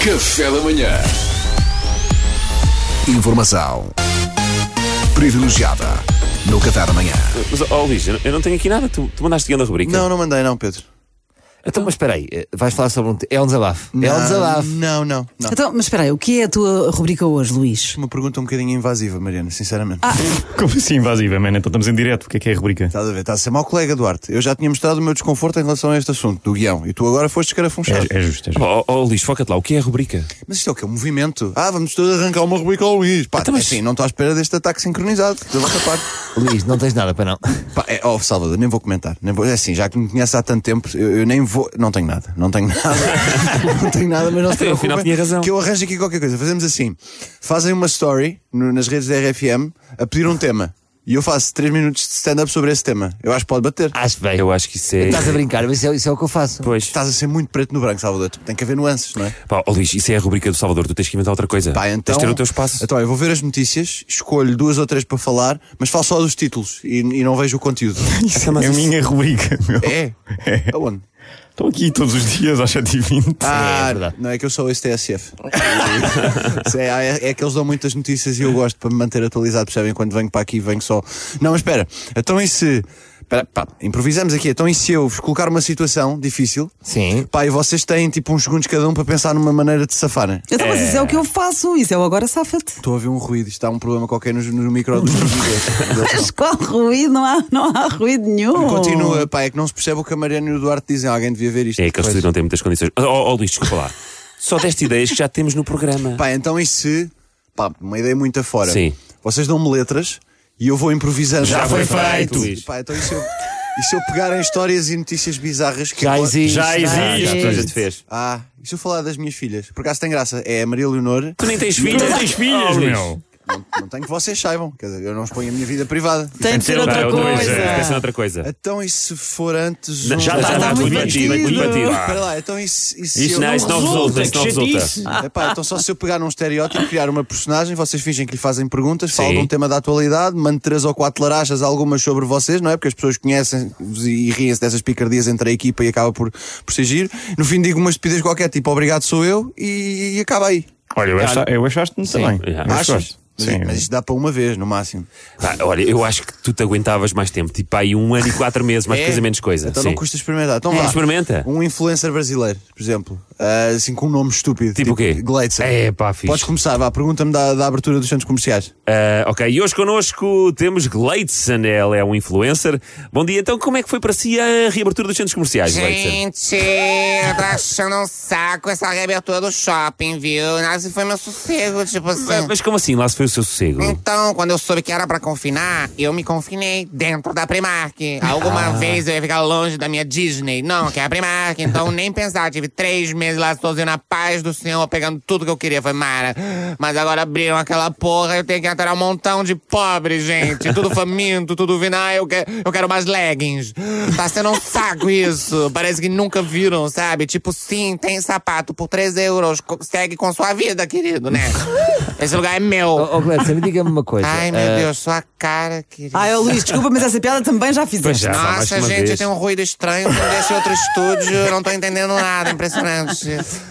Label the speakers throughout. Speaker 1: Café da Manhã. Informação privilegiada no Café da Manhã.
Speaker 2: Mas, ó Luís, eu eu não tenho aqui nada. Tu, tu mandaste aqui na rubrica.
Speaker 3: Não, não mandei, não, Pedro.
Speaker 4: Então, mas espera aí, eh, vais falar sobre um. te- É um desabafo. É um
Speaker 3: Não,
Speaker 4: desabafo.
Speaker 3: Não, não, não.
Speaker 5: Então, mas espera aí, o que é a tua rubrica hoje, Luís?
Speaker 3: Uma pergunta um bocadinho invasiva, Mariana, sinceramente.
Speaker 4: Ah.
Speaker 6: Como assim invasiva, man? Então estamos em direto. O que é que é a rubrica?
Speaker 3: Estás a ver, estás a ser mau colega, Duarte. Eu já tinha mostrado o meu desconforto em relação a este assunto, do guião, e tu agora foste escarafunchar.
Speaker 6: É, é justo, é justo.
Speaker 2: Ó ó, Luís, foca-te lá. O que é a rubrica?
Speaker 3: Mas isto é o quê? Um movimento? Ah, vamos todos arrancar uma rubrica ao Luís. Pá,
Speaker 2: Então, mas-
Speaker 3: assim, não estou à espera deste ataque sincronizado, da vossa parte.
Speaker 4: Luís, não tens nada para não.
Speaker 3: Pá, é, oh, Salvador, nem vou comentar. Nem vou, é assim, já que me conheces há tanto tempo, eu, eu nem vou. Não tenho nada, não tenho nada. não tenho nada, mas não se
Speaker 2: Afinal,
Speaker 3: preocupem,
Speaker 2: tinha razão.
Speaker 3: Que eu arranjo aqui qualquer coisa. Fazemos assim: fazem uma story no- nas redes da RFM a pedir um tema. E eu faço 3 minutos de stand-up sobre esse tema. Eu acho que pode bater.
Speaker 4: Acho bem.
Speaker 2: Eu acho que isso é.
Speaker 4: Estás a brincar, mas isso é, isso é o que eu faço.
Speaker 2: Pois.
Speaker 3: Estás a ser muito preto no branco, Salvador. Tem que haver nuances, não é?
Speaker 2: Pá, ó Luís, isso é a rubrica do Salvador. Tu tens que inventar outra coisa.
Speaker 3: Pá, então,
Speaker 2: Tens é de ter o teu espaço.
Speaker 3: Então, eu vou ver as notícias, escolho duas ou três para falar, mas falo só dos títulos e, e não vejo o conteúdo.
Speaker 2: Então, mas
Speaker 6: É a
Speaker 2: isso-
Speaker 6: minha rubrica, meu.
Speaker 3: é? Aonde?
Speaker 6: Estou aqui todos os dias às 7h20.
Speaker 3: Ah,
Speaker 4: verdade.
Speaker 3: não é que eu sou esse TSF. Isso é, é- é que eles dão muitas notícias e eu gosto para me manter atualizado, percebem? Quando venho para aqui, venho só. Não, mas espera, então e se. Espera, pá, improvisamos aqui. Então, e se eu vos colocar uma situação difícil?
Speaker 4: Sim.
Speaker 3: Pá, e vocês têm tipo uns segundos cada um para pensar numa maneira de se safarem.
Speaker 5: Então, mas isso é o que eu faço, isso é o agora safa-te.
Speaker 3: Estou a ouvir um ruído, está um problema qualquer no, no micro dos
Speaker 5: Mas qual ruído? Não há, não há ruído nenhum.
Speaker 3: Continua, pá, é que não se percebe o que a Mariana e o Duarte dizem. Alguém devia ver isto.
Speaker 2: É que eles não têm muitas condições. Ó ó, Luís, desculpa lá. Só deste ideias que já temos no programa.
Speaker 3: Pá, então e se. Pá, uma ideia muito afora.
Speaker 2: Sim.
Speaker 3: Vocês dão-me letras e eu vou improvisando.
Speaker 6: Já foi feito.
Speaker 2: Luís.
Speaker 3: Pá, então e se eu, e se eu pegar em histórias e notícias bizarras que
Speaker 4: Já
Speaker 3: eu-
Speaker 4: existe.
Speaker 6: Já
Speaker 2: Ah, já toda a gente
Speaker 6: existe.
Speaker 2: fez.
Speaker 3: Ah, e se eu falar das minhas filhas? Por acaso tem graça. É a Maria Leonor.
Speaker 2: Tu nem tens
Speaker 6: Tu
Speaker 2: filhas.
Speaker 6: não tens
Speaker 2: Ó,
Speaker 6: filhas,
Speaker 2: Luís.
Speaker 6: meu.
Speaker 3: Não, não tenho que vocês saibam. Quer dizer, eu não exponho a minha vida privada.
Speaker 5: Tem de ser
Speaker 6: Outra
Speaker 5: outra
Speaker 6: outra
Speaker 5: coisa.
Speaker 6: coisa.
Speaker 2: Pensa noutra coisa.
Speaker 3: Então e se for antes.
Speaker 2: Não,
Speaker 3: um-
Speaker 2: Já está
Speaker 5: muito
Speaker 2: muito batido. é
Speaker 5: batido.
Speaker 2: muito batido.
Speaker 3: Espera lá, então e se, e se
Speaker 2: Isso
Speaker 3: eu
Speaker 2: não, isso não resulta, isso não resulta.
Speaker 3: Epá, então só se eu pegar num estereótipo, criar uma personagem, vocês fingem que lhe fazem perguntas, falam de
Speaker 2: Sim.
Speaker 3: um tema da atualidade, mando três ou quatro larachas, algumas sobre vocês, não é? Porque as pessoas conhecem-vos e riem-se dessas picardias entre a equipa e acaba por, por ser giro. No fim digo umas estupidez qualquer, tipo obrigado sou eu, e, e acaba aí.
Speaker 6: Olha, eu, acha, eu achaste-me também.
Speaker 2: já.
Speaker 6: Eu
Speaker 3: Achas?
Speaker 6: gosto.
Speaker 3: Mas,
Speaker 6: Sim.
Speaker 3: mas isto dá para uma vez, no máximo.
Speaker 2: Pá, olha, eu acho que tu te aguentavas mais tempo. Tipo, aí um ano e quatro meses, mais
Speaker 3: É?
Speaker 2: coisa, menos coisa.
Speaker 3: Então
Speaker 2: Sim.
Speaker 3: não custa experimentar. Então
Speaker 2: É.
Speaker 3: vá.
Speaker 2: Experimenta.
Speaker 3: Um influencer brasileiro, por exemplo, ah, assim com um nome estúpido.
Speaker 2: Tipo o quê?
Speaker 3: Gleitzer.
Speaker 2: É, pá, fixe.
Speaker 3: Podes começar, vá, pergunta-me da, da abertura dos centros comerciais.
Speaker 2: Ah, ok, e hoje connosco temos Gleitson, ela é um influencer. Bom dia, então como é que foi para si a reabertura dos centros comerciais, Gleitson?
Speaker 7: Gente, eu tô achando um saco essa reabertura do shopping, viu? Nossa, foi meu sossego, tipo assim.
Speaker 2: Mas como assim? Lá se foi o seu sossego?
Speaker 7: Então, quando eu soube que era pra confinar, eu me confinei dentro da Primark. Alguma vez eu ia ficar longe da minha Disney. Não, que é a Primark. Então, nem pensar. Tive três meses lá sozinho na paz do Senhor, pegando tudo que eu queria. Foi mara. Mas agora abriram aquela porra, eu tenho que entrar um montão de pobre, gente. Tudo faminto, tudo vindo. Ah, eu, que- eu quero umas leggings. Tá sendo um saco isso. Parece que nunca viram, sabe? Tipo, sim, tem sapato por 3 euros. Co- Segue com sua vida, querido, né? Esse lugar é meu.
Speaker 4: Ó, oh, me diga-me uma
Speaker 2: é,
Speaker 4: coisa.
Speaker 7: Ai, meu
Speaker 2: eh,
Speaker 4: Ah,
Speaker 7: Deus, sua cara, querido.
Speaker 5: Ai, ó, Luís, desculpa, mas essa piada também já
Speaker 2: Pois
Speaker 5: fizeste.
Speaker 2: já, pá, mais
Speaker 7: Nossa,
Speaker 2: uma
Speaker 7: gente,
Speaker 2: vez.
Speaker 7: tem um ruído estranho. Me deixa em outro estúdio, eu não tô entendendo nada. Impressionante.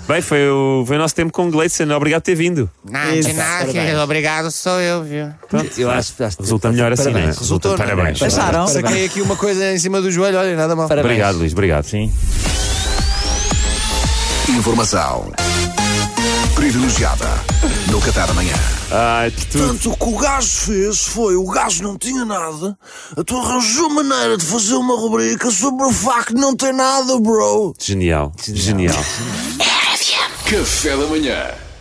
Speaker 2: Bem, foi o, foi o nosso tempo com o Gleitson, obrigado por ter vindo.
Speaker 7: Nada, de nada, querido. Obrigado, sou eu, viu?
Speaker 3: Então,
Speaker 4: Eu acho que estás-
Speaker 2: Resulta melhor assim, não é?
Speaker 4: Parabéns.
Speaker 2: Resulta,
Speaker 3: Resultou, não é?
Speaker 2: parabéns.
Speaker 5: Acharam?
Speaker 3: Para quem é aqui uma coisa em cima do joelho, olha, nada mal.
Speaker 4: Parabéns.
Speaker 2: Obrigado, Luís, obrigado.
Speaker 6: Sim.
Speaker 1: Informação privilegiada no Café da Manhã.
Speaker 2: Ai, que tu...
Speaker 8: Portanto, o que o gajo fez foi: o gajo não tinha nada, tu arranjou maneira de fazer uma rubrica sobre o facto de não ter nada, bro.
Speaker 2: Genial, genial.
Speaker 1: Café da Manhã.